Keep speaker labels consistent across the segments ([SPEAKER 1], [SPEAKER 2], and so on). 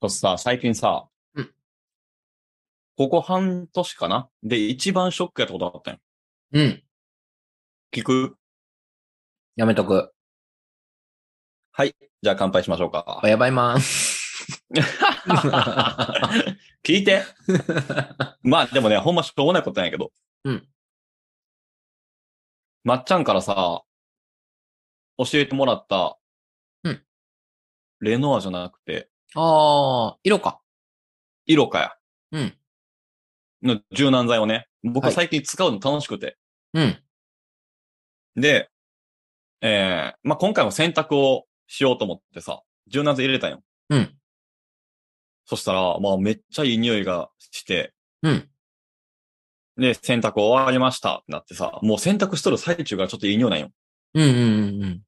[SPEAKER 1] とさ、最近さ、
[SPEAKER 2] うん
[SPEAKER 1] ここ半年かなで、一番ショックやったことあったんよ
[SPEAKER 2] うん。
[SPEAKER 1] 聞く
[SPEAKER 2] やめとく。
[SPEAKER 1] はい。じゃあ乾杯しましょうか。
[SPEAKER 2] あやばいまーす。
[SPEAKER 1] 聞い て。まあでもね、ほんましょうもないことなんやけど。
[SPEAKER 2] うん。
[SPEAKER 1] まっちゃんからさ、教えてもらった、
[SPEAKER 2] うん。
[SPEAKER 1] レノアじゃなくて、
[SPEAKER 2] あー、色か。
[SPEAKER 1] イロカや。
[SPEAKER 2] うん。
[SPEAKER 1] の柔軟剤をね、僕
[SPEAKER 2] はい
[SPEAKER 1] 最近使うの楽しくて。
[SPEAKER 2] うん。
[SPEAKER 1] で、えー、まあ、今回も洗濯をしようと思ってさ、柔軟剤入れたんよ。
[SPEAKER 2] うん。
[SPEAKER 1] そしたら、まあ、めっちゃいい匂いがして、
[SPEAKER 2] うん。
[SPEAKER 1] で、洗濯終わりましたってなってさ、もう洗濯しとる最中がちょっといい匂いなんよ。
[SPEAKER 2] うんうんうん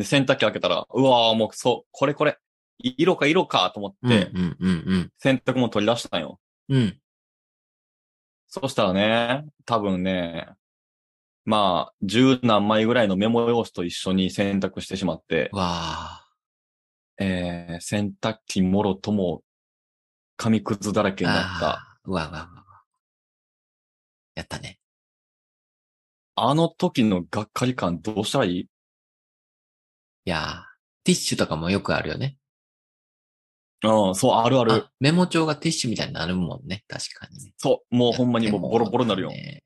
[SPEAKER 1] で、洗濯機開けたら、うわーもうそう、これこれ、い色か色かと思
[SPEAKER 2] うん。
[SPEAKER 1] って
[SPEAKER 2] う、んうん
[SPEAKER 1] 洗濯も取り出したんよ。
[SPEAKER 2] うん。うん。
[SPEAKER 1] そしたらね、多分ね、まあ、十何枚ぐらいのメモ用紙と一緒に洗濯してしまって、
[SPEAKER 2] わ
[SPEAKER 1] えー、洗濯機もろとも、紙くずだらけ
[SPEAKER 2] ー。
[SPEAKER 1] になった。あ
[SPEAKER 2] あーうわうわうわうわ。やったね。
[SPEAKER 1] の時のがっかり感どうしたらいい
[SPEAKER 2] いやー。ティッシュとかもよくあるよね。
[SPEAKER 1] うん、そう、あるある。
[SPEAKER 2] あ、メモ帳がティッシュみたいになるもんね。確かにね。
[SPEAKER 1] そう、もうほんまにもうボロボロになるよ。
[SPEAKER 2] ね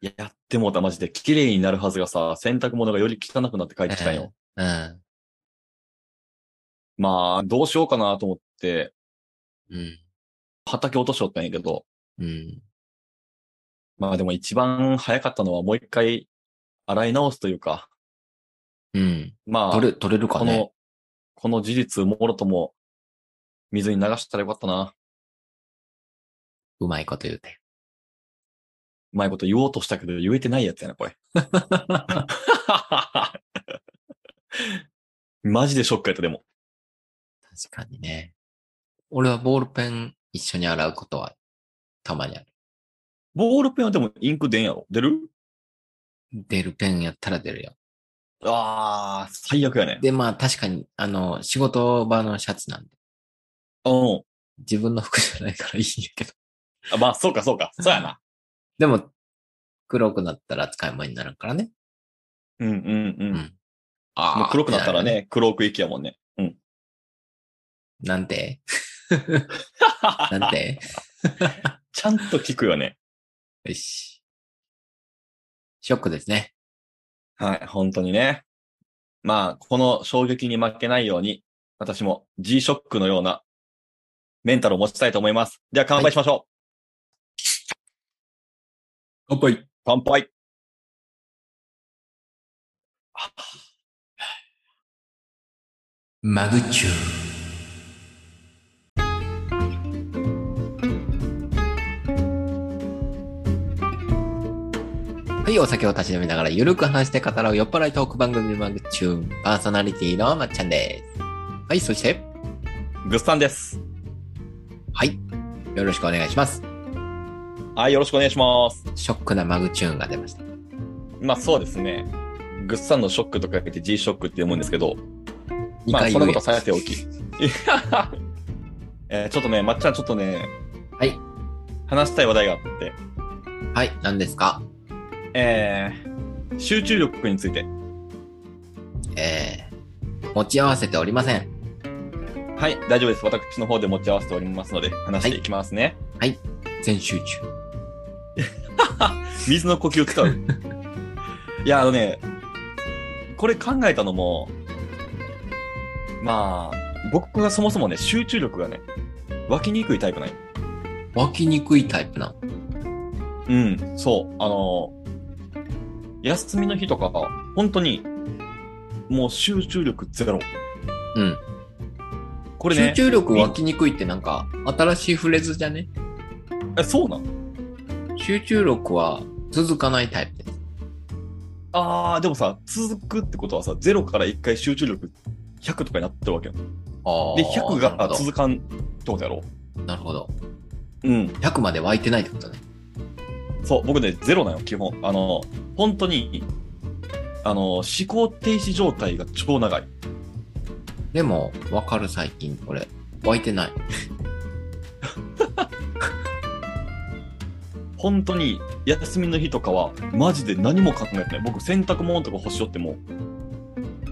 [SPEAKER 1] やってもうた、マジで。綺麗になるはずがさ、洗濯物がより汚くなって帰ってきたんよ。
[SPEAKER 2] うん。
[SPEAKER 1] まあ、どうしようかなと思って、
[SPEAKER 2] うん。
[SPEAKER 1] 畑落としよったんやけど、
[SPEAKER 2] うん。
[SPEAKER 1] まあでも一番早かったのはもう一回、洗い直すというか、
[SPEAKER 2] うん。
[SPEAKER 1] まあ、
[SPEAKER 2] 取れ、取れるか
[SPEAKER 1] こ
[SPEAKER 2] ね。
[SPEAKER 1] の、この事実、もろとも、水に流したらよかったな。
[SPEAKER 2] うまいこと言うて。
[SPEAKER 1] うまいこと言おうとしたけど、言えてないやつやな、 これ。マジでショックやった、でも。
[SPEAKER 2] 確かにね。俺はボールペン一緒に洗うことはたまにある。
[SPEAKER 1] ボールペンはでもインク出んやろ出る
[SPEAKER 2] 出るペンやったら出るよ。
[SPEAKER 1] ああ、最悪やね。
[SPEAKER 2] で、まあ確かに、あの、仕事場のシャツなんで、
[SPEAKER 1] うん。
[SPEAKER 2] 自分の服じゃないからいいんやけど。
[SPEAKER 1] あまあ、そうか、そうか。そうやな。
[SPEAKER 2] でも、黒くなったら使い物になるからね。
[SPEAKER 1] うんうんうん。
[SPEAKER 2] うんあ
[SPEAKER 1] もう黒くなったら
[SPEAKER 2] ってる。
[SPEAKER 1] ね、黒く行きやもんね。うん。
[SPEAKER 2] なんてなんて
[SPEAKER 1] ちゃんと聞くよね。
[SPEAKER 2] よし。ショックですね。
[SPEAKER 1] はい、本当にね。まあ、この衝撃に負けないように、私も G-SHOCK のようなメンタルを持ちたいと思います。では乾杯しましょう。
[SPEAKER 2] 乾杯。
[SPEAKER 1] 乾杯。
[SPEAKER 2] マグチュー。はい、お酒を立ち飲みながらゆるく話して語らう酔っ払いトーク番組マグチューン。パーソナリティのまっちゃんです。はい、そして、
[SPEAKER 1] グッサンです。
[SPEAKER 2] はい、よろしくお願いします。
[SPEAKER 1] はい、よろしくお願いします。
[SPEAKER 2] ショックなマグチューンが出ました。
[SPEAKER 1] まあそうですね。グッサンのショックとかけて G ショックって読むんですけど、
[SPEAKER 2] 2
[SPEAKER 1] まあ
[SPEAKER 2] 回
[SPEAKER 1] そん
[SPEAKER 2] 言
[SPEAKER 1] なこと
[SPEAKER 2] うやつ
[SPEAKER 1] されておき。 えーちょっとね、まっちゃんちょっとね、
[SPEAKER 2] はい。
[SPEAKER 1] 話したい話題があって、
[SPEAKER 2] はい、何ですか
[SPEAKER 1] えー、集中力について。
[SPEAKER 2] えー、持ち合わせておりません。
[SPEAKER 1] はい、大丈夫です。私の方で持ち合わせておりますので、話していきますね。
[SPEAKER 2] 全集中。
[SPEAKER 1] 水の呼吸使 う。いや、あのね、これ考えたのも、まあ、僕がそもそもね、集中力がね、湧きにくいタイプなんよ
[SPEAKER 2] 湧きにくいタイプなの。
[SPEAKER 1] うん、そう。あの、休みの日とか、本当に、もう集中力ゼロ。
[SPEAKER 2] うん。
[SPEAKER 1] これ
[SPEAKER 2] 集
[SPEAKER 1] ね、
[SPEAKER 2] 中力湧きにくいってなんか新しいフレーズじゃね
[SPEAKER 1] えそうなの
[SPEAKER 2] 集中力は続かないタイプです。
[SPEAKER 1] あー、でもさ、続くってことはさ、ゼロから一回集中力100とかになってるわけよ。
[SPEAKER 2] あ
[SPEAKER 1] で、100が続
[SPEAKER 2] く。
[SPEAKER 1] かんってことやろ
[SPEAKER 2] なるほど。
[SPEAKER 1] うん。
[SPEAKER 2] 100まで湧いてないってことね。
[SPEAKER 1] そう、僕ね、ゼロなの、基本。あの、本当に、あの、思考停止状態が超長い。
[SPEAKER 2] でも、わかる最近これ。湧いてない。
[SPEAKER 1] 本当に休みの日とかはマジで何も考えてない僕洗濯物とか干しよっても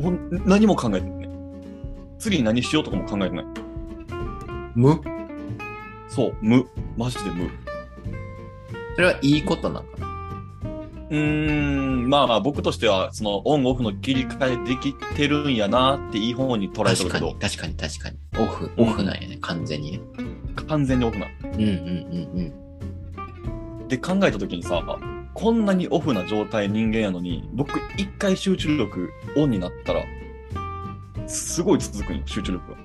[SPEAKER 1] ほん何も考えてない次に何しようとかも考えてない
[SPEAKER 2] 無
[SPEAKER 1] そう無マジで無う
[SPEAKER 2] それはいいことなのかな
[SPEAKER 1] ーんまあまあ僕としてはそのオンオフの切り替えできてるんやなっていい方に捉えて
[SPEAKER 2] 確
[SPEAKER 1] る
[SPEAKER 2] か
[SPEAKER 1] け
[SPEAKER 2] に、
[SPEAKER 1] ど
[SPEAKER 2] 確かに、確かに。オフ、オフなんやね、完全にね。
[SPEAKER 1] 完全にオフな
[SPEAKER 2] うんうんうんうん。
[SPEAKER 1] で考えた時にさこんなにオフな状態人間やのに僕一回集中力オンになったらすごい続くんよ集中力が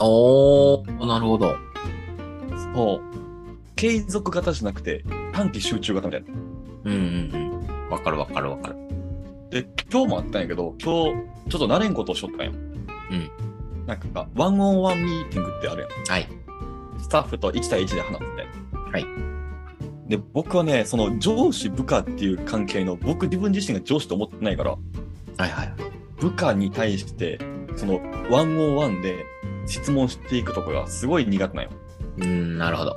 [SPEAKER 2] おー、なるほど。
[SPEAKER 1] そう継続型じゃなくて短期集中型みたいな
[SPEAKER 2] うんうんうん。わかるわかるわかる。
[SPEAKER 1] で今日もあったんやけど今日ちょっと慣れんことをしとったんよ
[SPEAKER 2] うん
[SPEAKER 1] なんかワンオンワンミーティングってあるやん
[SPEAKER 2] はい。
[SPEAKER 1] スタッフと1対1で話すみたいな。
[SPEAKER 2] はい。
[SPEAKER 1] で、僕はね、その上司部下っていう関係の、僕自分自身が上司と思ってないから、
[SPEAKER 2] はいはい。
[SPEAKER 1] 部下に対して、その、ワンオンワンで質問していくとかがすごい苦手なんよ。
[SPEAKER 2] うーん、なるほど。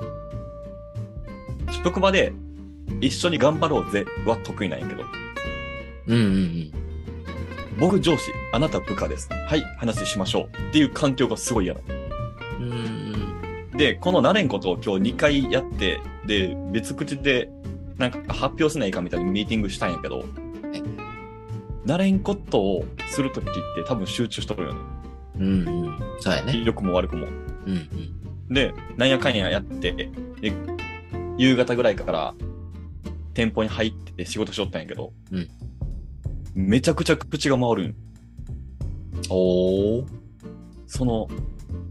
[SPEAKER 1] 職場で、一緒に頑張ろうぜは得意なんやけど、
[SPEAKER 2] うんうんうん。
[SPEAKER 1] 僕上司、あなた部下です。はい、話しましょう。っていう環境がすごい嫌なの
[SPEAKER 2] うーん。
[SPEAKER 1] で、このなれんことを今日2回やって、で、別口で、なんか発表せないかみたいにミーティングしたんやけど、なれんことをするときって多分集中しとるよね。
[SPEAKER 2] うんうん。そうやね。
[SPEAKER 1] 良くも悪くも。
[SPEAKER 2] うんうん。
[SPEAKER 1] で、なんやかんややって、で、夕方ぐらいから店舗に入って仕事しとったんやけど、
[SPEAKER 2] うん
[SPEAKER 1] めちゃくちゃ口が回るんよ
[SPEAKER 2] おー。
[SPEAKER 1] その、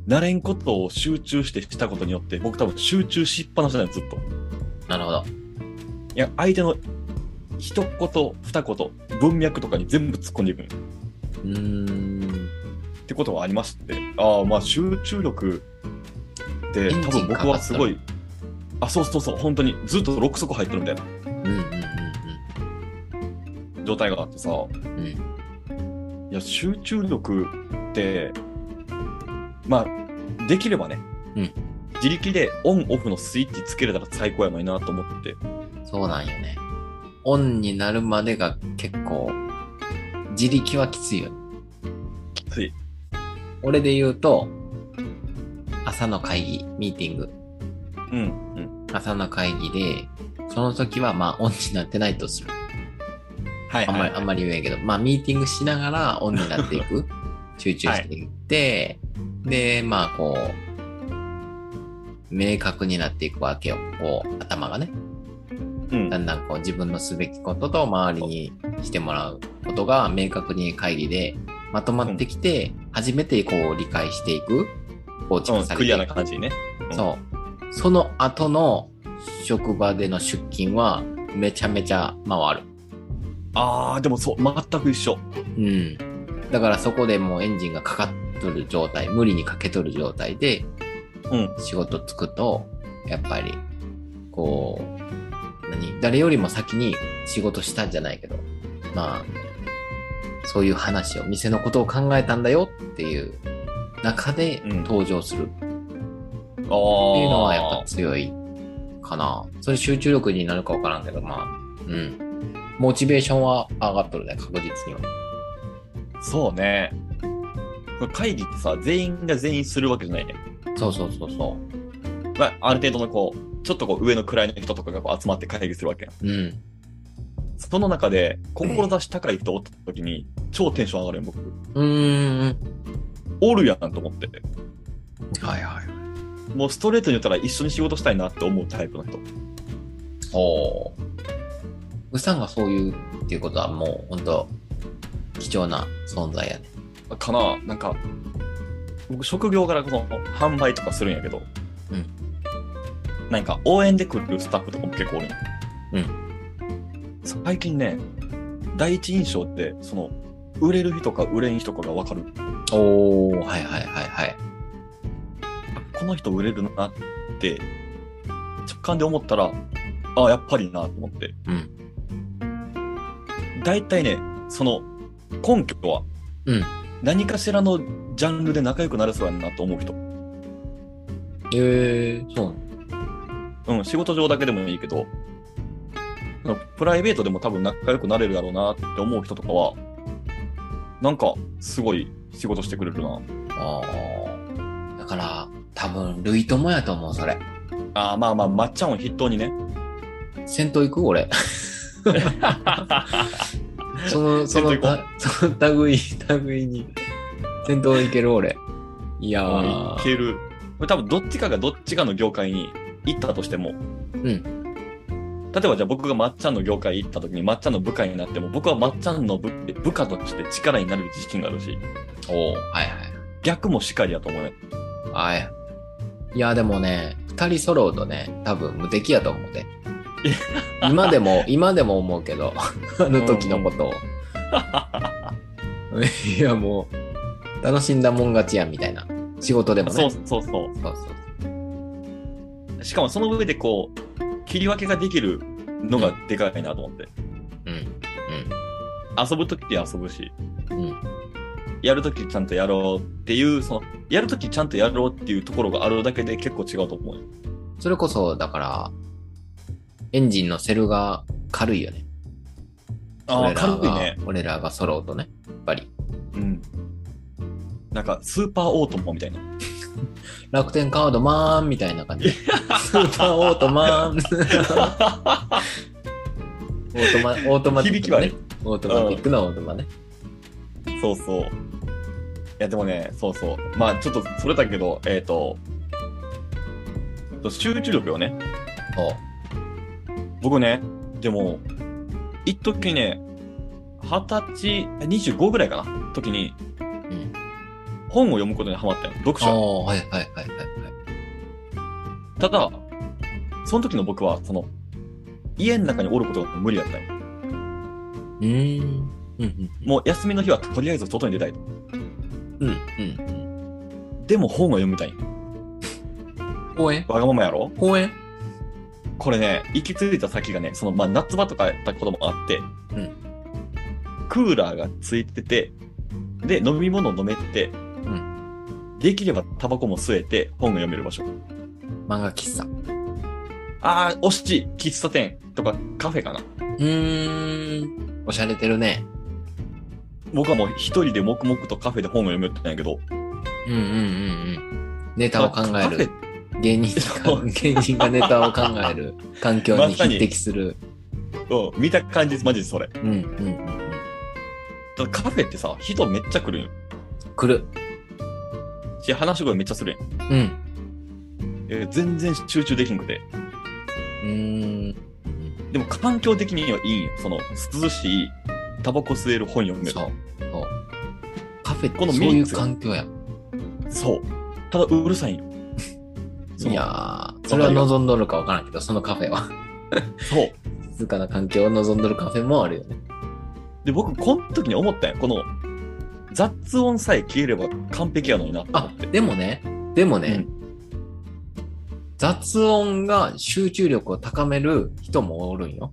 [SPEAKER 1] なれんことを集中してしたことによって、僕多分集中しっぱなしなのよずっと。
[SPEAKER 2] なるほど。
[SPEAKER 1] いや、相手の一言、二言、文脈とかに全部突っ込んでいくんよ
[SPEAKER 2] うーん。
[SPEAKER 1] ってことはありまして、ああ、まあ集中力って
[SPEAKER 2] エンジン
[SPEAKER 1] 多分僕はすごい、あ、そうそうそう、本当にずっと6足入ってるみたいな
[SPEAKER 2] うんうんうん
[SPEAKER 1] 状態があってさ、
[SPEAKER 2] うん。うん。
[SPEAKER 1] いや、集中力って、まあ、できればね、
[SPEAKER 2] うん
[SPEAKER 1] 自力でオンオフのスイッチつけれたら最高やのになと思って、
[SPEAKER 2] そうなんよね。オンになるまでが結構、自力はきついよね。
[SPEAKER 1] きつい。
[SPEAKER 2] 俺で言うと、朝の会議、ミーティング、
[SPEAKER 1] うん、うん。
[SPEAKER 2] 朝の会議で、その時はまあオンになってないとする。
[SPEAKER 1] はい、
[SPEAKER 2] あん
[SPEAKER 1] は
[SPEAKER 2] ま
[SPEAKER 1] い
[SPEAKER 2] り、あんまり言えんけど、まあミーティングしながらオンになっていく。集中していって、で、まあこう、明確になっていくわけよ。こう、頭がね。
[SPEAKER 1] うん
[SPEAKER 2] だ。んだんこう自分のすべきことと周りにしてもらうことが明確に会議でまとまってきて、初めてこう理解していく、構
[SPEAKER 1] う
[SPEAKER 2] 築
[SPEAKER 1] ん、
[SPEAKER 2] され
[SPEAKER 1] ク
[SPEAKER 2] てい
[SPEAKER 1] リ
[SPEAKER 2] く。
[SPEAKER 1] アな感じね。うん
[SPEAKER 2] そう。その後の職場での出勤はめちゃめちゃ回る。
[SPEAKER 1] ああ、でもそう、全く一緒。
[SPEAKER 2] うん。だからそこでもうエンジンがかかっとる状態、無理にかけとる状態で
[SPEAKER 1] うん。
[SPEAKER 2] 仕事つくと、やっぱり、こう、何誰よりも先に仕事したんじゃないけど、まあ、そういう話を、店のことを考えたんだよっていう中で
[SPEAKER 1] うん
[SPEAKER 2] 登場するって
[SPEAKER 1] っていう
[SPEAKER 2] いうのはやっぱ強いかな。それ集中力になるかわからんけど、まあ、うん。モチベーションは上がっとるね、確実には。
[SPEAKER 1] そうね。会議ってさ、全員が全員するわけじゃないね。
[SPEAKER 2] そうそうそうそ
[SPEAKER 1] まあ、ある程度のこう、ちょっとこう上の位の人とかがこう集まって会議するわけやん。
[SPEAKER 2] う。うん。
[SPEAKER 1] その中で、志高い人おった時に、超テンション上がるよ、僕。
[SPEAKER 2] うーん。
[SPEAKER 1] おるやんと思って。
[SPEAKER 2] はいはい。
[SPEAKER 1] もうストレートに言ったら一緒に仕事したいなって思うタイプの人。
[SPEAKER 2] おうさんがそういうっていうことはもう本当貴重な存在やね。
[SPEAKER 1] かななんか、僕職業からこの販売とかするんやけど、
[SPEAKER 2] うん
[SPEAKER 1] なんか応援で来るスタッフとかも結構おるんや
[SPEAKER 2] うん
[SPEAKER 1] 最近ね、第一印象って、その、売れる日とか売れん日とかがわかる。
[SPEAKER 2] おおはいはいはいはい。
[SPEAKER 1] あこの人売れるなって、直感で思ったら、あやっぱりなと思って。
[SPEAKER 2] うん
[SPEAKER 1] 大体ね、その、根拠は、
[SPEAKER 2] うん
[SPEAKER 1] 何かしらのジャンルで仲良くなれそうやなと思う人。
[SPEAKER 2] えー、そうなの
[SPEAKER 1] うん、仕事上だけでもいいけど、なんかプライベートでも多分仲良くなれるだろうなって思う人とかは、なんかすごい仕事してくれるな。
[SPEAKER 2] あーだから、多分、類友やと思う、それ。
[SPEAKER 1] ああ、まあまあ、まっちゃんを筆頭にね。
[SPEAKER 2] 戦闘行く俺。 その、その
[SPEAKER 1] 戦闘行
[SPEAKER 2] た、 その類い、類いに。戦闘行ける俺。いや
[SPEAKER 1] い
[SPEAKER 2] ー。
[SPEAKER 1] ける。これ多分どっちかがどっちかの業界に行ったとしても、
[SPEAKER 2] うん。
[SPEAKER 1] 例えばじゃあ僕がまっちゃんの業界行った時にまっちゃんの部下になっても、僕はまっちゃんの部部下として力になれる自信があるし、
[SPEAKER 2] おはい
[SPEAKER 1] 逆もしかりやと思うよ。
[SPEAKER 2] はい。はい。いや、でもね、二人揃うとね、多分無敵やと思うで。今 でも、今でも思うけど、あの時のことを。 いや、もう、楽しんだもん勝ちや、みたいな。仕事でもね。
[SPEAKER 1] そうそうそう。
[SPEAKER 2] そうそう
[SPEAKER 1] しかもその上でこう、切り分けができるのがでかいなと思って。
[SPEAKER 2] うん。
[SPEAKER 1] 遊ぶときって遊ぶし、
[SPEAKER 2] うん。
[SPEAKER 1] やるときちゃんとやろうっていう、その、やるときちゃんとやろうっていうところがあるだけで結構違うと思うよ。
[SPEAKER 2] それこそ、だから、エンジンのセルが軽いよね。
[SPEAKER 1] あ
[SPEAKER 2] 俺
[SPEAKER 1] あ、
[SPEAKER 2] ら
[SPEAKER 1] 軽い
[SPEAKER 2] が、
[SPEAKER 1] ね。
[SPEAKER 2] 俺らが揃うとね。やっぱり。
[SPEAKER 1] うん。なんか、スーパーオートモみたいな。
[SPEAKER 2] 楽天カードマーンみたいな感じ。スーパーオートマーン。オートマ、オートマティックなね
[SPEAKER 1] 響。
[SPEAKER 2] オートマティックなオートマね。
[SPEAKER 1] そうそう。いや、でもね、そうそう。まあ、ちょっと、それだけど、えっ、と、集中力をね、
[SPEAKER 2] お
[SPEAKER 1] 僕ね、でも、一時ね、二十歳、25ぐらいかな、時に、
[SPEAKER 2] ん
[SPEAKER 1] 本を読むことにハマったよ、読書。
[SPEAKER 2] おはいはいはいはいはい。
[SPEAKER 1] ただ、その時の僕は、その、家の中におることが無理だったよ。
[SPEAKER 2] うーん。うん
[SPEAKER 1] もう休みの日はとりあえず外に出たいと。
[SPEAKER 2] うん。うんうん
[SPEAKER 1] でも本を読みたい。
[SPEAKER 2] うん。公園
[SPEAKER 1] わがままやろ
[SPEAKER 2] 公園
[SPEAKER 1] これね、行き着いた先がね、その、まあ、夏場とかやったこともあって、
[SPEAKER 2] うん
[SPEAKER 1] クーラーがついてて、で、飲み物飲めて、できればタバコも吸えて本が読める場所。
[SPEAKER 2] 漫画喫茶。う
[SPEAKER 1] あー、惜しい喫茶店とかカフェかな。
[SPEAKER 2] ーん。おしゃれてるね。
[SPEAKER 1] 僕はもう一人で黙々とカフェで本を読むってたんやけど。
[SPEAKER 2] うんうんうんうん。ネタを考
[SPEAKER 1] まあ
[SPEAKER 2] え
[SPEAKER 1] カフ
[SPEAKER 2] る
[SPEAKER 1] ェ。
[SPEAKER 2] 芸人
[SPEAKER 1] そう
[SPEAKER 2] が、芸人がネタを考える環境に
[SPEAKER 1] まさに
[SPEAKER 2] 匹敵する。
[SPEAKER 1] うん、見た感じ、マジでそれ。
[SPEAKER 2] うんうんうん。
[SPEAKER 1] ただカフェってさ、人めっちゃ来るんよ。
[SPEAKER 2] 来る。
[SPEAKER 1] し、話し声めっちゃするんよ
[SPEAKER 2] うん。
[SPEAKER 1] えー全然集中できんくて。
[SPEAKER 2] うーん。
[SPEAKER 1] でも環境的にはいいんよ。その、涼しい、タバコ吸える本読める。
[SPEAKER 2] そう。そう。カフェ
[SPEAKER 1] こ
[SPEAKER 2] って
[SPEAKER 1] の
[SPEAKER 2] そうい
[SPEAKER 1] 三
[SPEAKER 2] う
[SPEAKER 1] つ
[SPEAKER 2] 環境や。
[SPEAKER 1] そう。ただ、うるさいんよ。 そ
[SPEAKER 2] い
[SPEAKER 1] の
[SPEAKER 2] やー、それは望んどるかわからんけど、そのカフェは。
[SPEAKER 1] そう。
[SPEAKER 2] 静かな環境を望んどるカフェもあるよね。
[SPEAKER 1] で、僕、この時に思ったんよ。この、雑音さえ消えれば完璧やのになって思
[SPEAKER 2] あ
[SPEAKER 1] っ、て。
[SPEAKER 2] でもね、でも
[SPEAKER 1] う
[SPEAKER 2] ね
[SPEAKER 1] ん、
[SPEAKER 2] 雑音が集中力を高める人もおるんよ。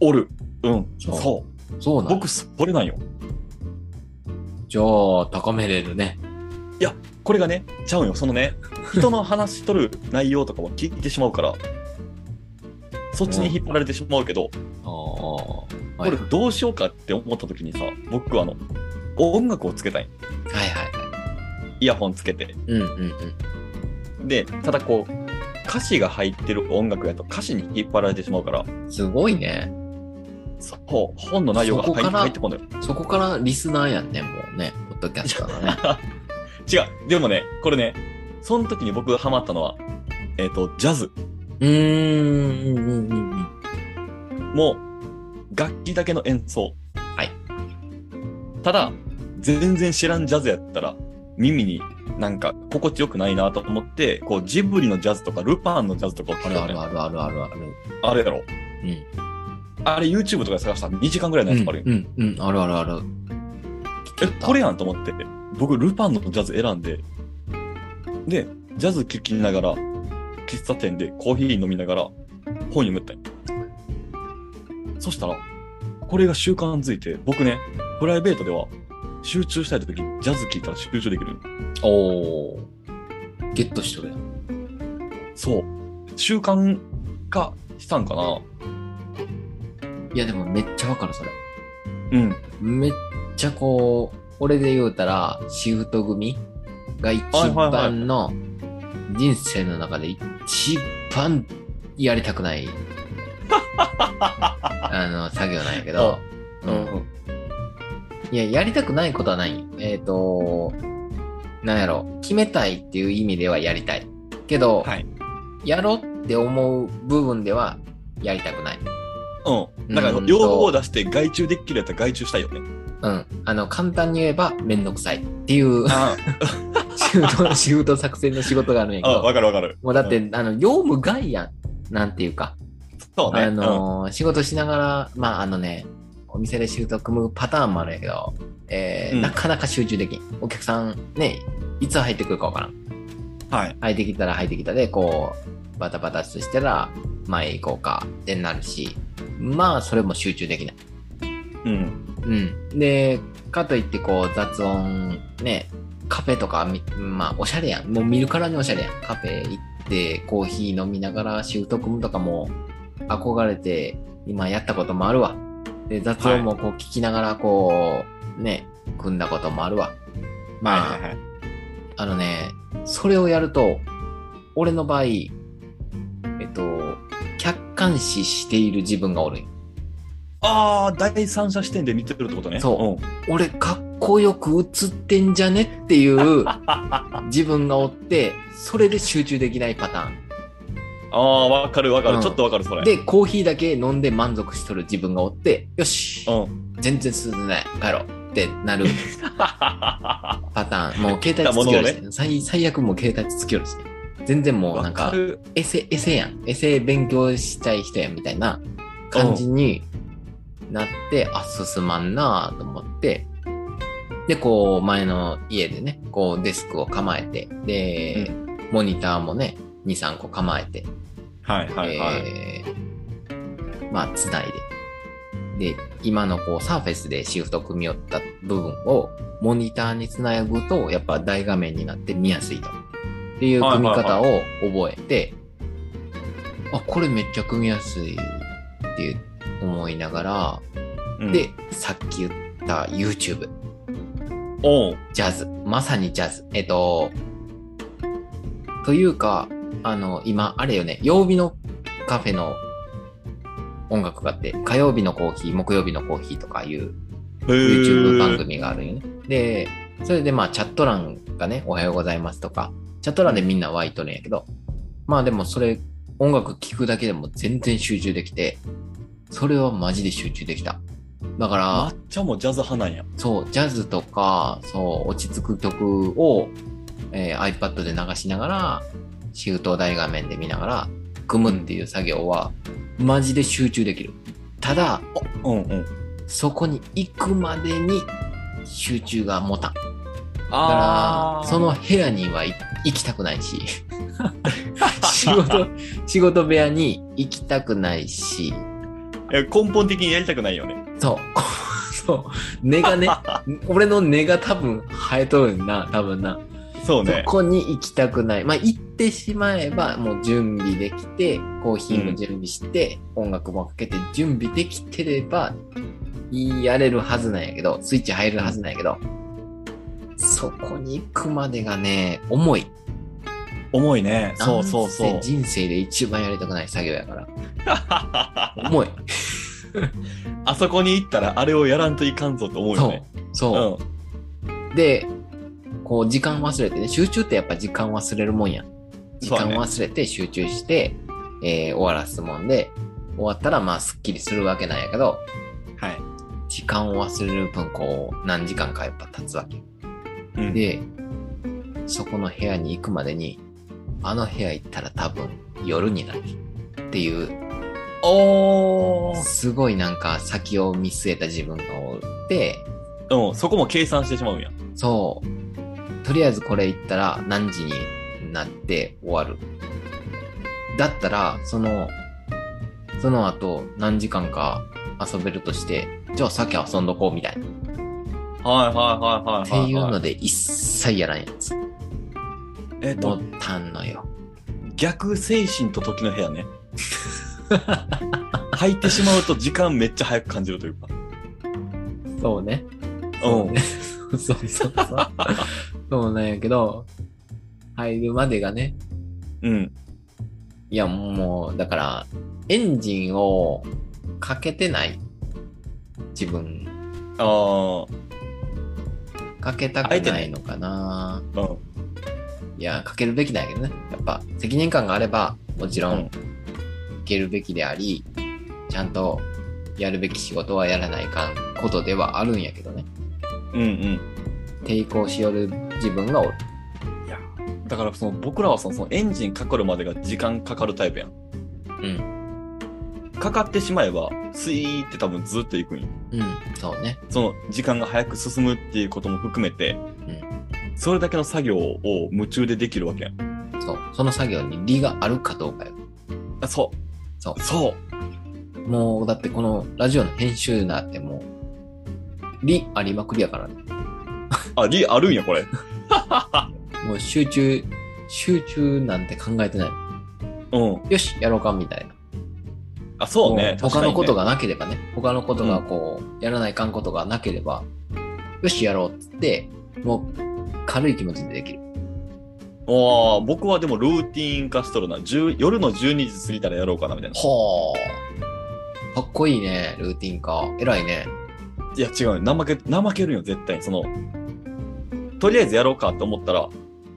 [SPEAKER 1] おる。うん。
[SPEAKER 2] そ
[SPEAKER 1] そうう。
[SPEAKER 2] そうなの
[SPEAKER 1] 僕、それなんよ。
[SPEAKER 2] じゃあ、高めれるね。
[SPEAKER 1] これがね、ちゃうんよ。そのね、人の話しとる内容とかも聞いてしまうから、そっちに引っ張られてしまうけど、
[SPEAKER 2] ああ。
[SPEAKER 1] これどうしようかって思った時にさ、僕はあの、音楽をつけたい。
[SPEAKER 2] はいはいは
[SPEAKER 1] イヤホンつけて。
[SPEAKER 2] い。うんうんうん。
[SPEAKER 1] で、ただこう、歌詞が入ってる音楽やと歌詞に引っ張られてしまうから、
[SPEAKER 2] すごいね。
[SPEAKER 1] そう、本の内容が
[SPEAKER 2] そこ
[SPEAKER 1] 入
[SPEAKER 2] から
[SPEAKER 1] 入ってこない。
[SPEAKER 2] そこからリスナーやんね、もうね。ポッドキャスターがね。
[SPEAKER 1] 違う。でもね、これね、その時に僕がハマったのは、えっ、と、ジャズ。
[SPEAKER 2] うーん、うん、うん、うん。
[SPEAKER 1] もう、楽器だけの演奏。
[SPEAKER 2] はい。
[SPEAKER 1] ただ、全然知らんジャズやったら、耳になんか心地よくないなと思って、こう、ジブリのジャズとか、ルパンのジャズとかを聞
[SPEAKER 2] あ
[SPEAKER 1] い
[SPEAKER 2] る
[SPEAKER 1] た
[SPEAKER 2] あ
[SPEAKER 1] ね
[SPEAKER 2] るあるあるあるある。
[SPEAKER 1] あれやろ。
[SPEAKER 2] うん。
[SPEAKER 1] あれ YouTube とかで探したら2時間ぐらいのやつもあるよ、
[SPEAKER 2] うん、うん、あるあるある。
[SPEAKER 1] え、これやんと思って、僕、ルパンのジャズ選んで、で、ジャズ聴きながら、喫茶店でコーヒー飲みながら、本読むったんよそしたら、これが習慣づいて、僕ね、プライベートでは、集中したい時、ジャズ聴いたら集中できる。
[SPEAKER 2] おー。ゲットしとるやん。
[SPEAKER 1] そう。習慣化したんかな。
[SPEAKER 2] いや、でもめっちゃわかる、それ。
[SPEAKER 1] うん。
[SPEAKER 2] めっちゃこう、俺で言うたら、シフト組が一番の人生の中で一番やりた くない、あの、作業なんやけど、
[SPEAKER 1] う
[SPEAKER 2] う
[SPEAKER 1] んん。
[SPEAKER 2] いや、やりたくないことはないんよ。えっ、と、なんやろ、決めたいっていう意味ではやりたい。けど、
[SPEAKER 1] はい。
[SPEAKER 2] やろうって思う部分ではやりたくない。
[SPEAKER 1] うん。だから、要望を出して外注できるやったら外注したいよね。
[SPEAKER 2] うん。あの、簡単に言えば、めんどくさいっていう。
[SPEAKER 1] あ
[SPEAKER 2] シフト、シフト作戦の仕事があるんや け
[SPEAKER 1] あ、わか
[SPEAKER 2] ど。
[SPEAKER 1] るわかる。
[SPEAKER 2] もうだって、あの、業務外やん。なんていうか。
[SPEAKER 1] そうね。
[SPEAKER 2] あのー仕事しながら、まあ、あのね、お店でシフト組むパターンもあるんやけど、えー
[SPEAKER 1] うん
[SPEAKER 2] なかなか集中できん。お客さん、ね、いつ入ってくるかわからん。
[SPEAKER 1] うんはい。
[SPEAKER 2] 入ってきたら入ってきたで、こう、バタバタしてたら、前行こうかってなるし、まあ、それも集中できない。
[SPEAKER 1] うん。
[SPEAKER 2] うん。で、かといってこう雑音、ね、カフェとかみ、まあおしゃれやん。もう見るからにおしゃれやん。カフェ行ってコーヒー飲みながらシフト組むとかも憧れて今やったこともあるわ。で、雑音もこう聞きながらこう、ね、組んだこともあるわ。まあ、
[SPEAKER 1] はいはいはい。
[SPEAKER 2] あのね、それをやると、俺の場合、えっと、客観視している自分がおるんよ
[SPEAKER 1] ああ、第三者視点で見てるってことね。
[SPEAKER 2] そ俺かっこよく映ってんじゃねって いう自分がおって、それで集中できないパターン。
[SPEAKER 1] うん。ああ、わかるわか
[SPEAKER 2] うん
[SPEAKER 1] る。ちょっとわかる、それ。
[SPEAKER 2] で、コーヒーだけ飲んで満足しとる自分がおって、よし
[SPEAKER 1] うん。
[SPEAKER 2] 全然進んでない帰ろうってなる
[SPEAKER 1] わ
[SPEAKER 2] パターン。もう携帯つきよる し、最最悪もう携帯つきよるし、全然もうなん
[SPEAKER 1] か
[SPEAKER 2] か、
[SPEAKER 1] る。
[SPEAKER 2] エセ、エセやん。エセ勉強したい人やんみたいな感じになって、あ、進まんなぁと思って、で、こう、前の家でね、こう、デスクを構えて、で、モニターもね、2、3個構えて、
[SPEAKER 1] はいはいはい。
[SPEAKER 2] えーまあ、つないで。で、今のこう、サーフェスでシフト組み寄った部分を、モニターにつなぐと、やっぱ大画面になって見やすいと。っていう組み方を覚えて、あ、これめっちゃ組みやすいって思いながら、
[SPEAKER 1] うん、
[SPEAKER 2] で、さっき言った YouTube、
[SPEAKER 1] おう
[SPEAKER 2] ジャズ、まさにジャズ。えっと、というか、あの、今、あれよね、曜日のカフェの音楽があって、火曜日のコーヒー、木曜日のコーヒーとかいう
[SPEAKER 1] へー
[SPEAKER 2] YouTube 番組があるんよね。で、それでまあチャット欄がね、おはようございますとか、チャット欄でみんな湧いとるんやけど、まあでもそれ、音楽聴くだけでも全然集中できて、それはマジで集中できた。だから、
[SPEAKER 1] 抹茶もジャズ派なんや。
[SPEAKER 2] そう、ジャズとか、そう、落ち着く曲を、えー iPad で流しながら、シフトを大画面で見ながら、組むっていう作業は、マジで集中できる。ただ、
[SPEAKER 1] うんうん。
[SPEAKER 2] そこに行くまでに集中が持たん。だから、その部屋にはい行きたくないし、仕事、仕事部屋に行きたくないし、
[SPEAKER 1] え根本的にやりたくないよね。
[SPEAKER 2] そう、 そう、根がね、俺の根が多分生えとるんな、多分な。
[SPEAKER 1] そう
[SPEAKER 2] そ
[SPEAKER 1] ね。
[SPEAKER 2] こに行きたくない。まあ、行ってしまえば、もう準備できて、コーヒーも準備して、音楽もかけて、準備できてれば、やれるはずなんやけど、スイッチ入るはずなんやけど、そこに行くまでがね、重い。
[SPEAKER 1] 重いね。そうそうそ
[SPEAKER 2] なん
[SPEAKER 1] う
[SPEAKER 2] せ。人生で一番やりたくない作業やから。重い。
[SPEAKER 1] あそこに行ったらあれをやらんといかんぞと思う
[SPEAKER 2] そ
[SPEAKER 1] よ
[SPEAKER 2] う
[SPEAKER 1] ね。。
[SPEAKER 2] そう。で、こう時間忘れてね、集中ってやっぱ時間忘れるもんやん。時
[SPEAKER 1] そうだ
[SPEAKER 2] 間
[SPEAKER 1] ね
[SPEAKER 2] 忘れて集中して、えー終わらすもんで、終わったらまあすっきりするわけなんやけど、
[SPEAKER 1] うん。はい。
[SPEAKER 2] 時間を忘れる分こう何時間かやっぱ経つわけ。
[SPEAKER 1] うん、
[SPEAKER 2] で、そこの部屋に行くまでに、あの部屋行ったら多分夜になるっていう、
[SPEAKER 1] おー
[SPEAKER 2] すごいなんか先を見据えた自分がおって、
[SPEAKER 1] うん、そこも計算してしまうんや。
[SPEAKER 2] そう。とりあえずこれ言ったら何時になって終わる。だったら、その、その後何時間か遊べるとして、じゃあさっき遊んどこうみたいな。
[SPEAKER 1] はいはいはいはいはい、はい。
[SPEAKER 2] っていうので一切やらんやつ。
[SPEAKER 1] えっ、
[SPEAKER 2] 持
[SPEAKER 1] と
[SPEAKER 2] っ、たんのよ。
[SPEAKER 1] 逆精神と時の部屋ね。 入ってしまうと時間めっちゃ早く感じるというか。
[SPEAKER 2] そうね。
[SPEAKER 1] うん。
[SPEAKER 2] そうそうそう。そうなんやけど、入るまでがね、
[SPEAKER 1] うん。
[SPEAKER 2] いやもう、だから、エンジンをかけてない。自分、
[SPEAKER 1] ああ、
[SPEAKER 2] かけた
[SPEAKER 1] あ
[SPEAKER 2] く
[SPEAKER 1] えて
[SPEAKER 2] な
[SPEAKER 1] ね
[SPEAKER 2] いのかな。
[SPEAKER 1] うん。
[SPEAKER 2] いや、かけるべきなんやけどね。やっぱ、責任感があれば、もちろ
[SPEAKER 1] うん
[SPEAKER 2] ん、かけるべきであり、ちゃんとやるべき仕事はやらないかんことではあるんやけどね。
[SPEAKER 1] うんうん。
[SPEAKER 2] 抵抗しよる自分がおる。
[SPEAKER 1] だからその僕らはそのそのエンジンかかるまでが時間かかるタイプやん。
[SPEAKER 2] うん。
[SPEAKER 1] かかってしまえば、スイーって多分ずっと行くんよ
[SPEAKER 2] うん、そうね。
[SPEAKER 1] その時間が早く進むっていうことも含めて、それだけの作業を夢中でできるわけやん。
[SPEAKER 2] そう。その作業に利があるかどうかよ。
[SPEAKER 1] あそう。
[SPEAKER 2] そう
[SPEAKER 1] そう。
[SPEAKER 2] もう、だってこのラジオの編集なんてもう、利ありまくりやからね。
[SPEAKER 1] あ、りあるんや、これ。
[SPEAKER 2] もう集中、集中なんて考えてない。
[SPEAKER 1] うん。
[SPEAKER 2] よし、やろうか、みたいな。
[SPEAKER 1] あ、そう
[SPEAKER 2] も
[SPEAKER 1] ね。
[SPEAKER 2] 他のこと
[SPEAKER 1] が。
[SPEAKER 2] がなければね。他のことがこう、やらないかんことがなければ、よし、やろうっつって、もう、軽い気持ちでできる。
[SPEAKER 1] ああ、僕はでもルーティン化しとるな。10夜の12時過ぎたらやろうかな、みたいな。
[SPEAKER 2] ほー。かっこいいね、ルーティン化。偉いね。
[SPEAKER 1] いや、違うよ。怠け、怠けるよ、絶対に。その、とりあえずやろうかと思ったら、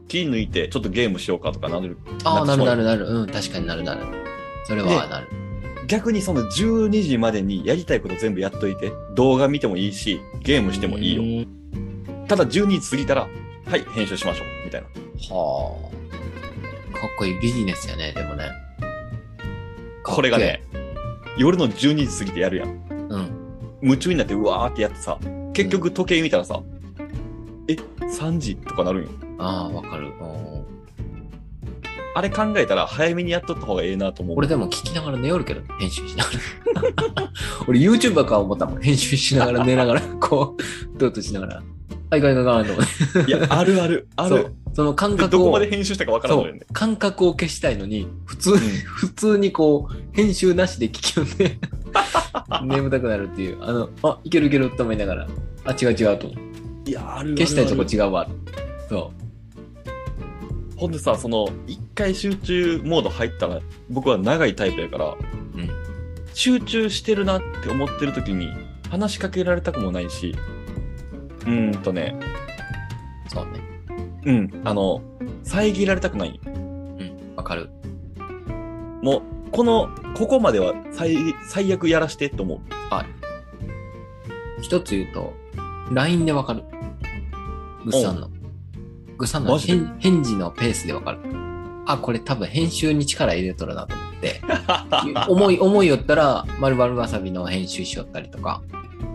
[SPEAKER 1] 気抜いて、ちょっとゲームしようかとかなる。
[SPEAKER 2] ああ、
[SPEAKER 1] な
[SPEAKER 2] なん
[SPEAKER 1] か
[SPEAKER 2] る
[SPEAKER 1] そう
[SPEAKER 2] なるなる。うん、確かになるなる。それは
[SPEAKER 1] で
[SPEAKER 2] なる。
[SPEAKER 1] 逆にその12時までにやりたいこと全部やっといて、動画見てもいいし、ゲームしてもいいよ。
[SPEAKER 2] よ。
[SPEAKER 1] ただ12時過ぎたら、はい、編集しましょう、みたいな。
[SPEAKER 2] はあ。かっこいいビジネスやね、でもね。
[SPEAKER 1] これがね、夜の12時過ぎてやるやん。
[SPEAKER 2] かっこいい。うん。
[SPEAKER 1] 夢中になってうわーってやってさ結局時計見たらさ、え3時とかなるんよ
[SPEAKER 2] ああ、わかる。うん
[SPEAKER 1] あれ考えたら早めにやっとった方がええなと思う
[SPEAKER 2] 俺でも聞きながら寝よるけど、編集しながら。 俺 YouTuber か思ったもん。編集しながら寝な がら、こう、ドーッとしながら。はい、ガイガイガイとか。
[SPEAKER 1] いやあるあるあ
[SPEAKER 2] そ
[SPEAKER 1] る
[SPEAKER 2] う。その感
[SPEAKER 1] で
[SPEAKER 2] 覚を。
[SPEAKER 1] どこまで編集したかわからん
[SPEAKER 2] そ
[SPEAKER 1] のよ
[SPEAKER 2] う
[SPEAKER 1] ね。
[SPEAKER 2] 感覚を消したいのに、普通に、
[SPEAKER 1] ん
[SPEAKER 2] 普通にこう、編集なしで聞きよ ね。眠たくなるっていう。あの、あ、いけるいけると思いながら。あ、違う違うと。
[SPEAKER 1] いやあるあるある
[SPEAKER 2] 消したいとこ違うわ。そ
[SPEAKER 1] ほんでさその一回集中モード入ったら僕は長いタイプやから、
[SPEAKER 2] うん
[SPEAKER 1] 集中してるなって思ってる時に話しかけられたくもないしうーんとね
[SPEAKER 2] う。そうね。
[SPEAKER 1] うんあの遮られたくない
[SPEAKER 2] うん。わかる。
[SPEAKER 1] もう、この、ここまでは最最悪やらしてと思う。
[SPEAKER 2] 一つ言うと、LINE でわかる。ぐっさんの。ぐっさんの
[SPEAKER 1] マジで
[SPEAKER 2] 返返事のペースでわかる。あ、これ多分編集に力入れとるなと思 って。思い、思いよったら、まるまるわさびの編集しよったりとか。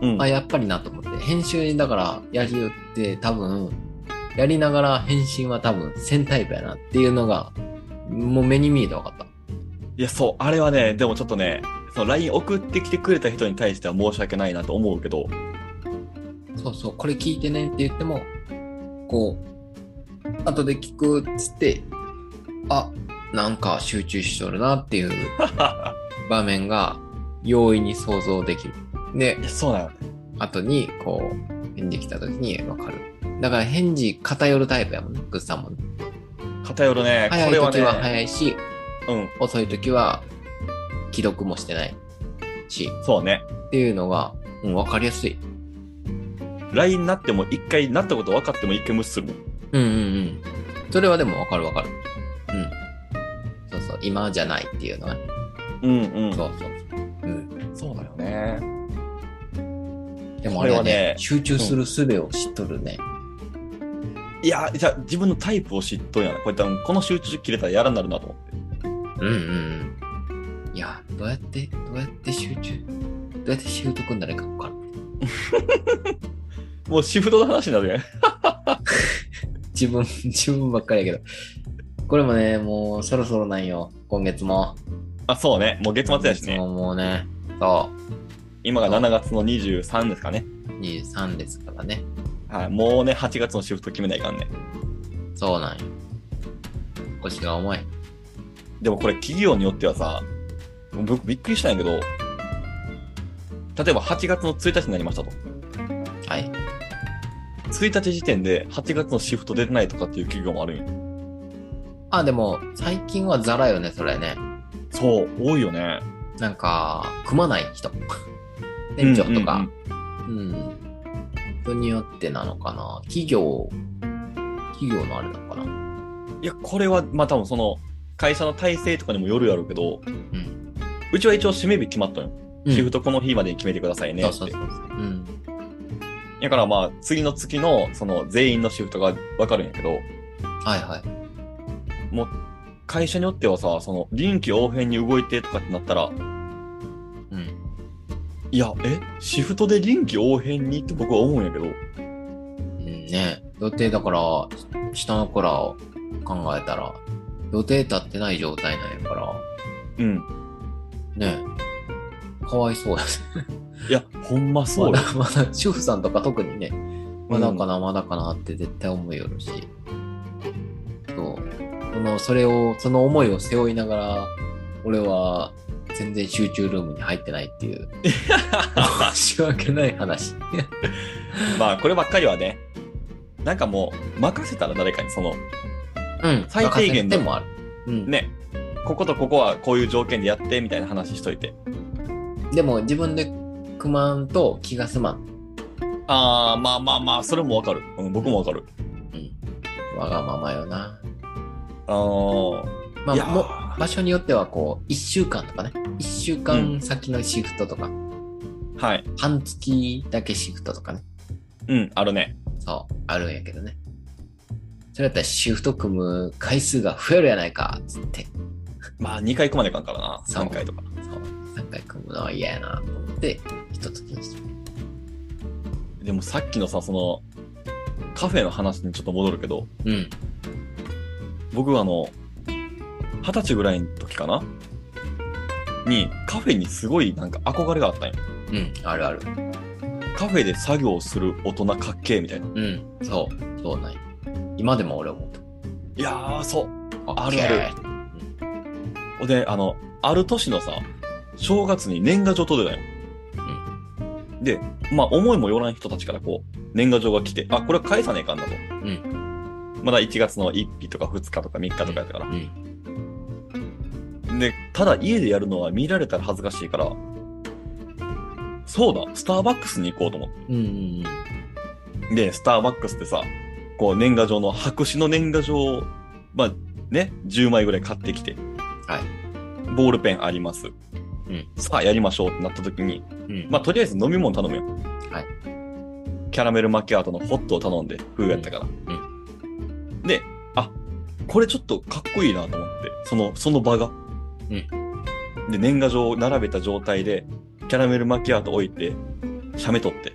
[SPEAKER 1] うん
[SPEAKER 2] あ、やっぱりなと思って。編集にだからやりよって多分、やりながら返信は多分1000タイプやなっていうのが、もう目に見えて分かった。
[SPEAKER 1] いや、そう、あれはね、でもちょっとね、その LINE 送ってきてくれた人に対しては申し訳ないなと思うけど、
[SPEAKER 2] そうそう、これ聞いてねって言っても、こう、後で聞くっつって、あ、なんか集中しとるなっていう 場面が容易に想像できる。で
[SPEAKER 1] い、やそうなの。
[SPEAKER 2] 後にこう、返事来た時に分かる。だから返事偏るタイプやもんね、グッさんもね。
[SPEAKER 1] 偏るね、
[SPEAKER 2] 早い
[SPEAKER 1] これは
[SPEAKER 2] 時
[SPEAKER 1] ね、
[SPEAKER 2] は早いし、
[SPEAKER 1] うん、
[SPEAKER 2] 遅い時は既読もしてないし、
[SPEAKER 1] そうね。
[SPEAKER 2] っていうのが、うん、分かりやすい。
[SPEAKER 1] LINE なっても、一回なったこと分かっても一回無視するもん。
[SPEAKER 2] うんうんうん。それはでも分かる分かる。うん。そうそう、今じゃないっていうのはね。
[SPEAKER 1] うんうん。
[SPEAKER 2] そうそうそう。うん。
[SPEAKER 1] そうだよね。
[SPEAKER 2] でもあ
[SPEAKER 1] こ
[SPEAKER 2] れはね、
[SPEAKER 1] れはね
[SPEAKER 2] 集中する術を知っとるね。
[SPEAKER 1] いや、じゃあ自分のタイプを知っとんやな。これ多分、この集中切れたらやらんなるなと思って。
[SPEAKER 2] うんうんうん。いや、どうやって、どうやって集中、どうやって習得になるか分からん。
[SPEAKER 1] もうシフトの話になる ね。
[SPEAKER 2] 自分、 自分ばっかりやけど。これもね、もうそろそろなんよ。今月も。
[SPEAKER 1] あ、そうね。もう月末やしね。
[SPEAKER 2] もうもうね、そう。
[SPEAKER 1] 今が7月の23ですかね。
[SPEAKER 2] 23ですからね。
[SPEAKER 1] はい、もうね、8月のシフト決めないかんね。
[SPEAKER 2] そうなんよ。腰が重い。
[SPEAKER 1] でもこれ企業によってはさ、僕びっくりしたんやけど、例えば8月の1日になりましたと。
[SPEAKER 2] はい。
[SPEAKER 1] 1日時点で8月のシフト出てないとかっていう企業もあるんよ。
[SPEAKER 2] あ、でも、最近はザラよね、それね。
[SPEAKER 1] そう、多いよね。
[SPEAKER 2] なんか、組まない人。店長とか。うん人によってなのかな。企業、企業のあれなのかな。
[SPEAKER 1] いや、これは、まあ多分その、会社の体制とかにもよるやろうけど、
[SPEAKER 2] うん。
[SPEAKER 1] うちは一応締め日決まったんよ。シフトこの日までに決めてくださいね
[SPEAKER 2] そ
[SPEAKER 1] っ
[SPEAKER 2] う
[SPEAKER 1] て。
[SPEAKER 2] そうそうそう。うん。
[SPEAKER 1] だからまあ、次の月の、その、全員のシフトがわかるんやけど、
[SPEAKER 2] はいはい。
[SPEAKER 1] もう、会社によってはさ、その、臨機応変に動いてとかってなったら、
[SPEAKER 2] うん。
[SPEAKER 1] いや、えシフトで臨機応変にって僕は思うんやけど、
[SPEAKER 2] うん、ね予定だから、下の子らを考えたら、予定立ってない状態なんやから、
[SPEAKER 1] うん。
[SPEAKER 2] ねかわいそうやね。
[SPEAKER 1] いや、ほんまそうよ
[SPEAKER 2] ま。だまだ、主婦さんとか特にね、まだか
[SPEAKER 1] な。
[SPEAKER 2] な、まだかなって絶対思いよるし。そう。その、それを、その思いを背負いながら、俺は全然集中ルームに入ってないっていう、申し訳ない話。
[SPEAKER 1] まあ、こればっかりはね、なんかもう、任せたら誰かに、その、
[SPEAKER 2] うん。
[SPEAKER 1] 最低限の
[SPEAKER 2] でもある。うん。
[SPEAKER 1] ね、こことここはこういう条件でやって、みたいな話しといて。
[SPEAKER 2] でも自分で組まんと気が済まん。
[SPEAKER 1] あー、まあまあまあ、それもわかる。うん、僕もわかる。
[SPEAKER 2] うん。わがままよな。
[SPEAKER 1] あー、
[SPEAKER 2] まあ、
[SPEAKER 1] いやー
[SPEAKER 2] も場所によってはこう、1週間とかね。1週間先のシフトとか、
[SPEAKER 1] はい。
[SPEAKER 2] 半月だけシフトとかね。
[SPEAKER 1] うん、あるね。
[SPEAKER 2] そう、あるんやけどね。それだったらシフト組む回数が増えるやないか、つって。
[SPEAKER 1] まあ、2回行くまでいかんからな。
[SPEAKER 2] そう
[SPEAKER 1] 3回とか。
[SPEAKER 2] そう、3回組むのは嫌やな、と思って、一つにしてる。
[SPEAKER 1] でもさっきのさ、その、カフェの話にちょっと戻るけど、
[SPEAKER 2] うん。
[SPEAKER 1] 僕はあの、二十歳ぐらいの時かなに、カフェにすごいなんか憧れがあったんよ。
[SPEAKER 2] うん、あるある。
[SPEAKER 1] カフェで作業する大人かっけえみたいな。
[SPEAKER 2] うん、そう、そうなんや今でも俺思う
[SPEAKER 1] いやー、そう。
[SPEAKER 2] と。
[SPEAKER 1] あるある
[SPEAKER 2] OK
[SPEAKER 1] ほんで、あの、ある年のさ、正月に年賀状届いたんよ。で、まあ思いもよらん人たちからこう、年賀状が来て、あ、これは返さねえかんなと。
[SPEAKER 2] うん、
[SPEAKER 1] まだ1月の1日とか2日とか3日とかやったか
[SPEAKER 2] うん。
[SPEAKER 1] ら。で、ただ家でやるのは見られたら恥ずかしいから、そうだ、スターバックスに行こうと思って
[SPEAKER 2] うん、うん、
[SPEAKER 1] で、スターバックスってさ、こう年賀状の、白紙の年賀状を、まあね、10枚ぐらい買ってきて、。
[SPEAKER 2] はい
[SPEAKER 1] ボールペンあります。
[SPEAKER 2] ん
[SPEAKER 1] さあ、やりましょうってなった時に、
[SPEAKER 2] うん。
[SPEAKER 1] まあ、とりあえず飲み物頼むよ。
[SPEAKER 2] はい。
[SPEAKER 1] キャラメルマキアートのホットを頼んで、冬やったから。で、あ、これちょっとかっこいいなと思って、その、その場が。で、年賀状を並べた状態で、キャラメルマキアート置いて、写メ撮って、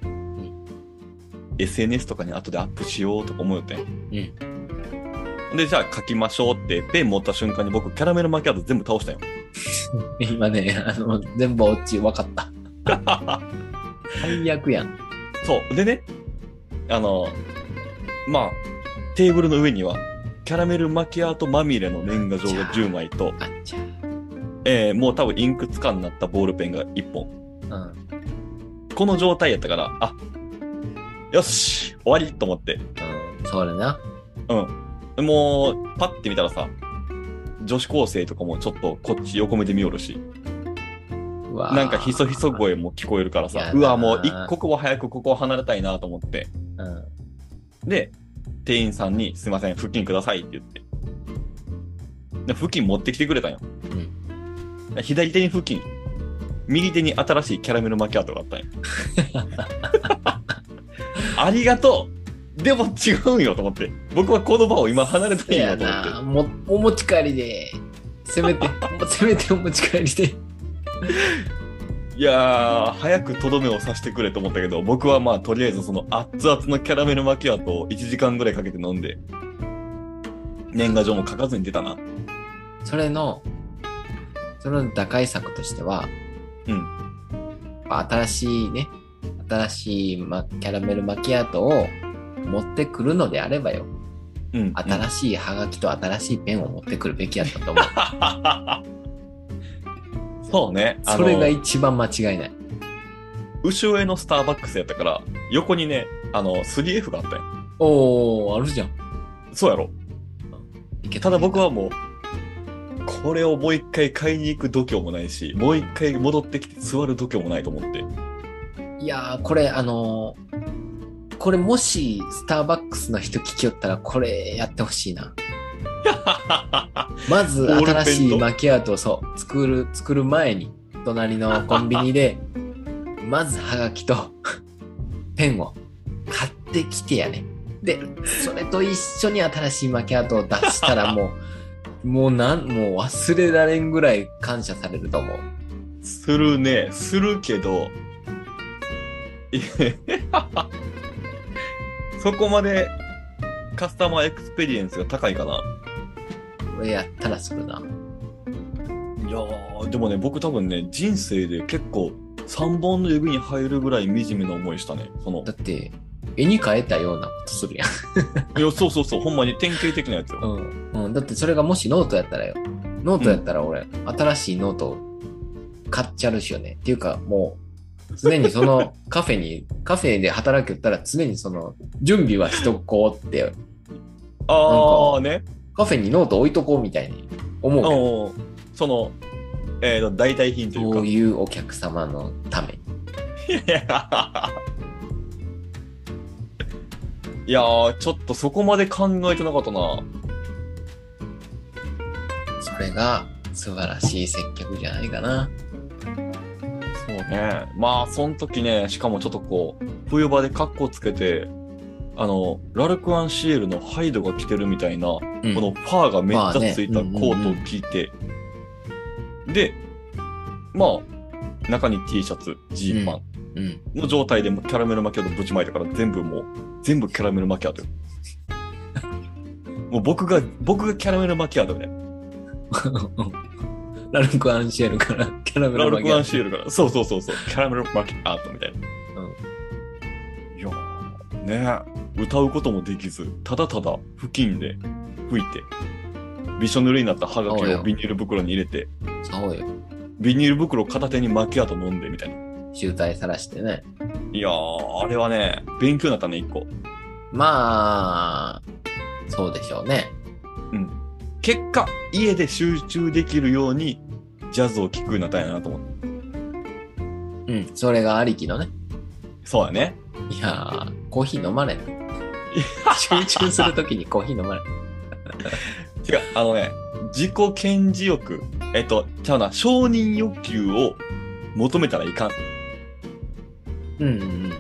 [SPEAKER 1] SNS とかに後でアップしようとか思うよね。ん。で、じゃあ書きましょうって、ペン持った瞬間に僕、キャラメルマキアート全部倒したよ。
[SPEAKER 2] 今ね、 あの、全部落ち、わ かった。最悪やん。
[SPEAKER 1] そう。でね、あの、まあ、テーブルの上には、キャラメルマキアートまみれの年賀状が10枚と、
[SPEAKER 2] あっちゃ
[SPEAKER 1] えー、もう多分インクつかんなったボールペンが1本。
[SPEAKER 2] うん。
[SPEAKER 1] この状態やったから、あ、よし、終わりと思って。
[SPEAKER 2] うん、それな。
[SPEAKER 1] うん。もう、パッて見たらさ、女子高生とかもちょっとこっち横目で見よるし、
[SPEAKER 2] うわー
[SPEAKER 1] なんかひそひそ声も聞こえるから
[SPEAKER 2] やだ
[SPEAKER 1] さ、
[SPEAKER 2] ー
[SPEAKER 1] うわ、もう一刻も早くここを離れたいなと思って。
[SPEAKER 2] うん。
[SPEAKER 1] で、店員さんに、すいません、付近くださいって言って。で、付近持ってきてくれたんよ。で左手に付近、右手に新しいキャラメルマキアートがあっ たんよ。ありがとうでも違うんよと思って。僕はこの場を今離れたいん
[SPEAKER 2] や
[SPEAKER 1] よと思って。
[SPEAKER 2] なもお持ち帰りでせ めてもせめてお持ち帰りで
[SPEAKER 1] いやー、早くとどめを刺してくれと思ったけど、僕はまあ、とりあえずその熱々のキャラメルマキアートを1時間ぐらいかけて飲んで、年賀状も書かずに出たな。
[SPEAKER 2] それのそれの打開策としては
[SPEAKER 1] うん。
[SPEAKER 2] 新しいね新しい、ま、キャラメルマキアートを持ってくるのであればよ
[SPEAKER 1] うん。
[SPEAKER 2] 新しいハガキと新しいペンを持ってくるべきやったと 思う。
[SPEAKER 1] うんそうね。あ
[SPEAKER 2] それが
[SPEAKER 1] の、
[SPEAKER 2] 一番間違いない。
[SPEAKER 1] 後ろへのスターバックスやったから、横にね、あの、3F があったよ。
[SPEAKER 2] おー、あるじゃん。
[SPEAKER 1] そうやろ。
[SPEAKER 2] いけ
[SPEAKER 1] ただ僕
[SPEAKER 2] は。
[SPEAKER 1] はもう、これをもう一回買いに行く度胸もないし、もう一回戻ってきて座る度胸もないと思って。
[SPEAKER 2] いやー、これ、あのーこれもし、スターバックスの人聞きよったら、これやってほしいな。まず、
[SPEAKER 1] オールペン
[SPEAKER 2] 新
[SPEAKER 1] と
[SPEAKER 2] しいマキアートをそう、作る、作る前に、隣のコンビニで、 まずハガキと ペンを買ってきてやね。で、それと一緒に新しいマキアートを出し たらもう、もうなん、もう忘れられんぐらい感謝されると思う。
[SPEAKER 1] するね、するけど、いやそこまでカスタマーエクスペリエンスが高いかな。
[SPEAKER 2] これやったらするな。
[SPEAKER 1] いやー、でもね、僕多分ね、人生で結構3本の指に入るぐらい惨めな思いしたね。その
[SPEAKER 2] だ、って、絵に描えたようなことするやん。
[SPEAKER 1] いや、そうそうそう、ほんまに典型的なやつよ。
[SPEAKER 2] うん。だってそれがもしノートやったらよ。ノートやったら俺、新しいノート買っちゃるしよね。っていうかもう、常にそ のカフェに、カフェで働きよったら常にその準備はしとこうって、
[SPEAKER 1] あーね。
[SPEAKER 2] カフェにノート置いとこうみたいに思うけど
[SPEAKER 1] うん。その、えーと、代替品というか。
[SPEAKER 2] そういうお客様のために。
[SPEAKER 1] いや いやー、ちょっとそこまで考えてなかったな。
[SPEAKER 2] それが素晴らしい接客じゃないかな。
[SPEAKER 1] そうね。まあ、その時ね、しかもちょっとこう、冬場でカッコつけて、あの、ラルクアンシエルのハイドが着てるみたいな、こ
[SPEAKER 2] うん
[SPEAKER 1] のファーがめっちゃついた
[SPEAKER 2] まあ
[SPEAKER 1] コー
[SPEAKER 2] ね
[SPEAKER 1] トを着て、で、まあ、中に T シャツ、ジーパ
[SPEAKER 2] うん。
[SPEAKER 1] ンの状態でもうキャラメルマキアとぶちまいたから全部もう、全部キャラメルマキア と。もう僕が、僕がキャラメルマキアとね。
[SPEAKER 2] ラルク・アンシェルからキャラメ
[SPEAKER 1] ラ
[SPEAKER 2] ル
[SPEAKER 1] ル
[SPEAKER 2] マ
[SPEAKER 1] クアン
[SPEAKER 2] シ
[SPEAKER 1] シールから。そうそうそうそう。キャラメルマキアートみたいな。
[SPEAKER 2] うん
[SPEAKER 1] いやーねえ歌うこともできず、ただただ布巾で拭いて、びしょ濡れになったハガキ
[SPEAKER 2] そうよ
[SPEAKER 1] をビニール袋に入れて、
[SPEAKER 2] そうよ。
[SPEAKER 1] ビニール袋片手にマキアート飲んでみたいな。
[SPEAKER 2] 集大さらしてね。
[SPEAKER 1] いやー、あれはね、勉強になったね、一個。
[SPEAKER 2] まあ、そうでしょうね。
[SPEAKER 1] 結果、家で集中できるように、ジャズを聴くようになったんやなと思って。
[SPEAKER 2] うん。それがありきのね。
[SPEAKER 1] そうやね。
[SPEAKER 2] いやー、コーヒー飲ま れな。集中するときにコーヒー飲まれな。
[SPEAKER 1] 違う、あのね、自己顕示欲、えっと、ちゃうな、承認欲求を求めたらいかん。
[SPEAKER 2] うんうん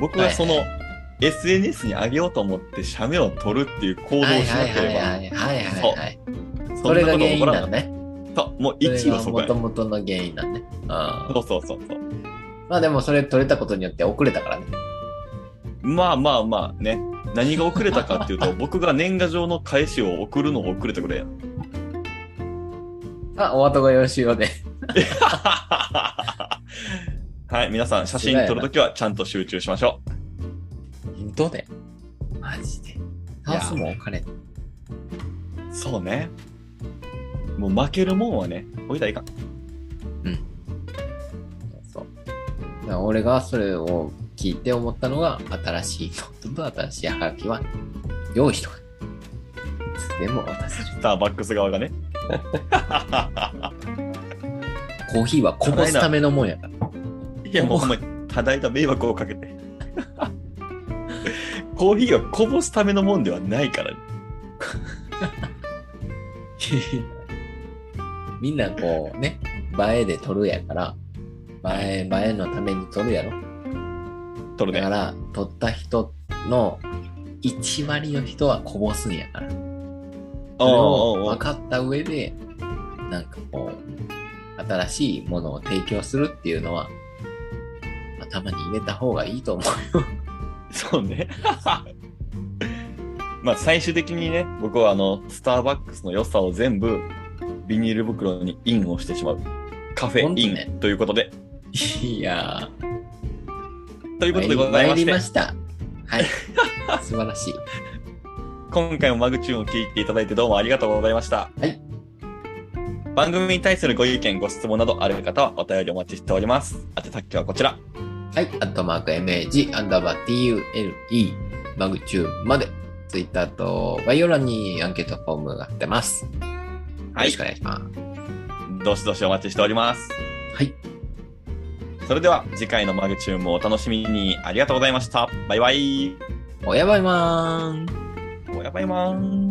[SPEAKER 1] 僕はその、
[SPEAKER 2] は
[SPEAKER 1] SNS に上げようと思って、写メを撮るっていう行動
[SPEAKER 2] うん。
[SPEAKER 1] を
[SPEAKER 2] はい
[SPEAKER 1] し
[SPEAKER 2] は
[SPEAKER 1] ないけ
[SPEAKER 2] はい
[SPEAKER 1] れ
[SPEAKER 2] は
[SPEAKER 1] ば、
[SPEAKER 2] いはいはいはい。
[SPEAKER 1] そ
[SPEAKER 2] そ
[SPEAKER 1] んな
[SPEAKER 2] れ
[SPEAKER 1] こ
[SPEAKER 2] が
[SPEAKER 1] と
[SPEAKER 2] 原
[SPEAKER 1] 起
[SPEAKER 2] 因
[SPEAKER 1] こ
[SPEAKER 2] な
[SPEAKER 1] ら
[SPEAKER 2] の
[SPEAKER 1] ない。
[SPEAKER 2] ね。
[SPEAKER 1] そうもう
[SPEAKER 2] それ
[SPEAKER 1] 一
[SPEAKER 2] が
[SPEAKER 1] はそこや
[SPEAKER 2] 元。々の原因なんね。あ
[SPEAKER 1] そうそうそうそう。
[SPEAKER 2] まあでもそれ取れたことによって遅れたからね。
[SPEAKER 1] まあまあまあね。何が遅れたかっていう と、僕が年賀状の返しを送るのを遅れてくれや。
[SPEAKER 2] あ、お後がよろしいようで。
[SPEAKER 1] はい、皆さん、写真撮るときはちゃんと集中しましょう。
[SPEAKER 2] ヒントで。マジで。倒すもんお金。
[SPEAKER 1] そうね。もう負けるもんはね、置いたらいかん。
[SPEAKER 2] そう。だから俺がそれを聞いて思ったのが、新しいノートと新しいハガキは用意しとく。いつでも渡せる。
[SPEAKER 1] スターバックス側がね。
[SPEAKER 2] コーヒーはこぼすためのもんやから。
[SPEAKER 1] いや、もうほんまに、ただいた迷惑をかけて。 コーヒーはこぼすためのもんではないから、ね、
[SPEAKER 2] みんなこうね、映えで撮るやから、映え、映えのために撮るやろ。
[SPEAKER 1] 取る
[SPEAKER 2] だか
[SPEAKER 1] ね。
[SPEAKER 2] ら、撮った人の1割の人はこぼすんやから。それを
[SPEAKER 1] おうおうおう
[SPEAKER 2] 分かった上で、なんかこう、新しいものを提供するっていうのは、頭に入れた方がいいと思
[SPEAKER 1] そうね。まあ、最終的にね、僕はあの、スターバックスの良さを全部、ビニール袋にインをしてしまう。カフ
[SPEAKER 2] ほん
[SPEAKER 1] ェ
[SPEAKER 2] と
[SPEAKER 1] イン、
[SPEAKER 2] ね
[SPEAKER 1] ということで。
[SPEAKER 2] う。いや
[SPEAKER 1] という
[SPEAKER 2] ー、
[SPEAKER 1] ことでございま
[SPEAKER 2] 参り
[SPEAKER 1] して
[SPEAKER 2] ま、した。はい。素晴らしい。
[SPEAKER 1] 今回もマグチューンを聞いていただいてどうもありがとうございました。
[SPEAKER 2] はい
[SPEAKER 1] 番組に対するご意見、ご質問などある方はお便りお待ちしております。宛先はこちら。
[SPEAKER 2] はい、アットマーク MAG、アンダーバー TULE、マグチューンまで、ツイッターと概要欄にアンケートフォームが出ます。よ
[SPEAKER 1] は
[SPEAKER 2] ろ
[SPEAKER 1] い
[SPEAKER 2] しくお願いします。
[SPEAKER 1] どしどしお待ちしております。
[SPEAKER 2] はい。
[SPEAKER 1] それでは次回のマグチューンもお楽しみにありがとうございました。バイバイ。
[SPEAKER 2] おやばいまーん。
[SPEAKER 1] おやばいまーん。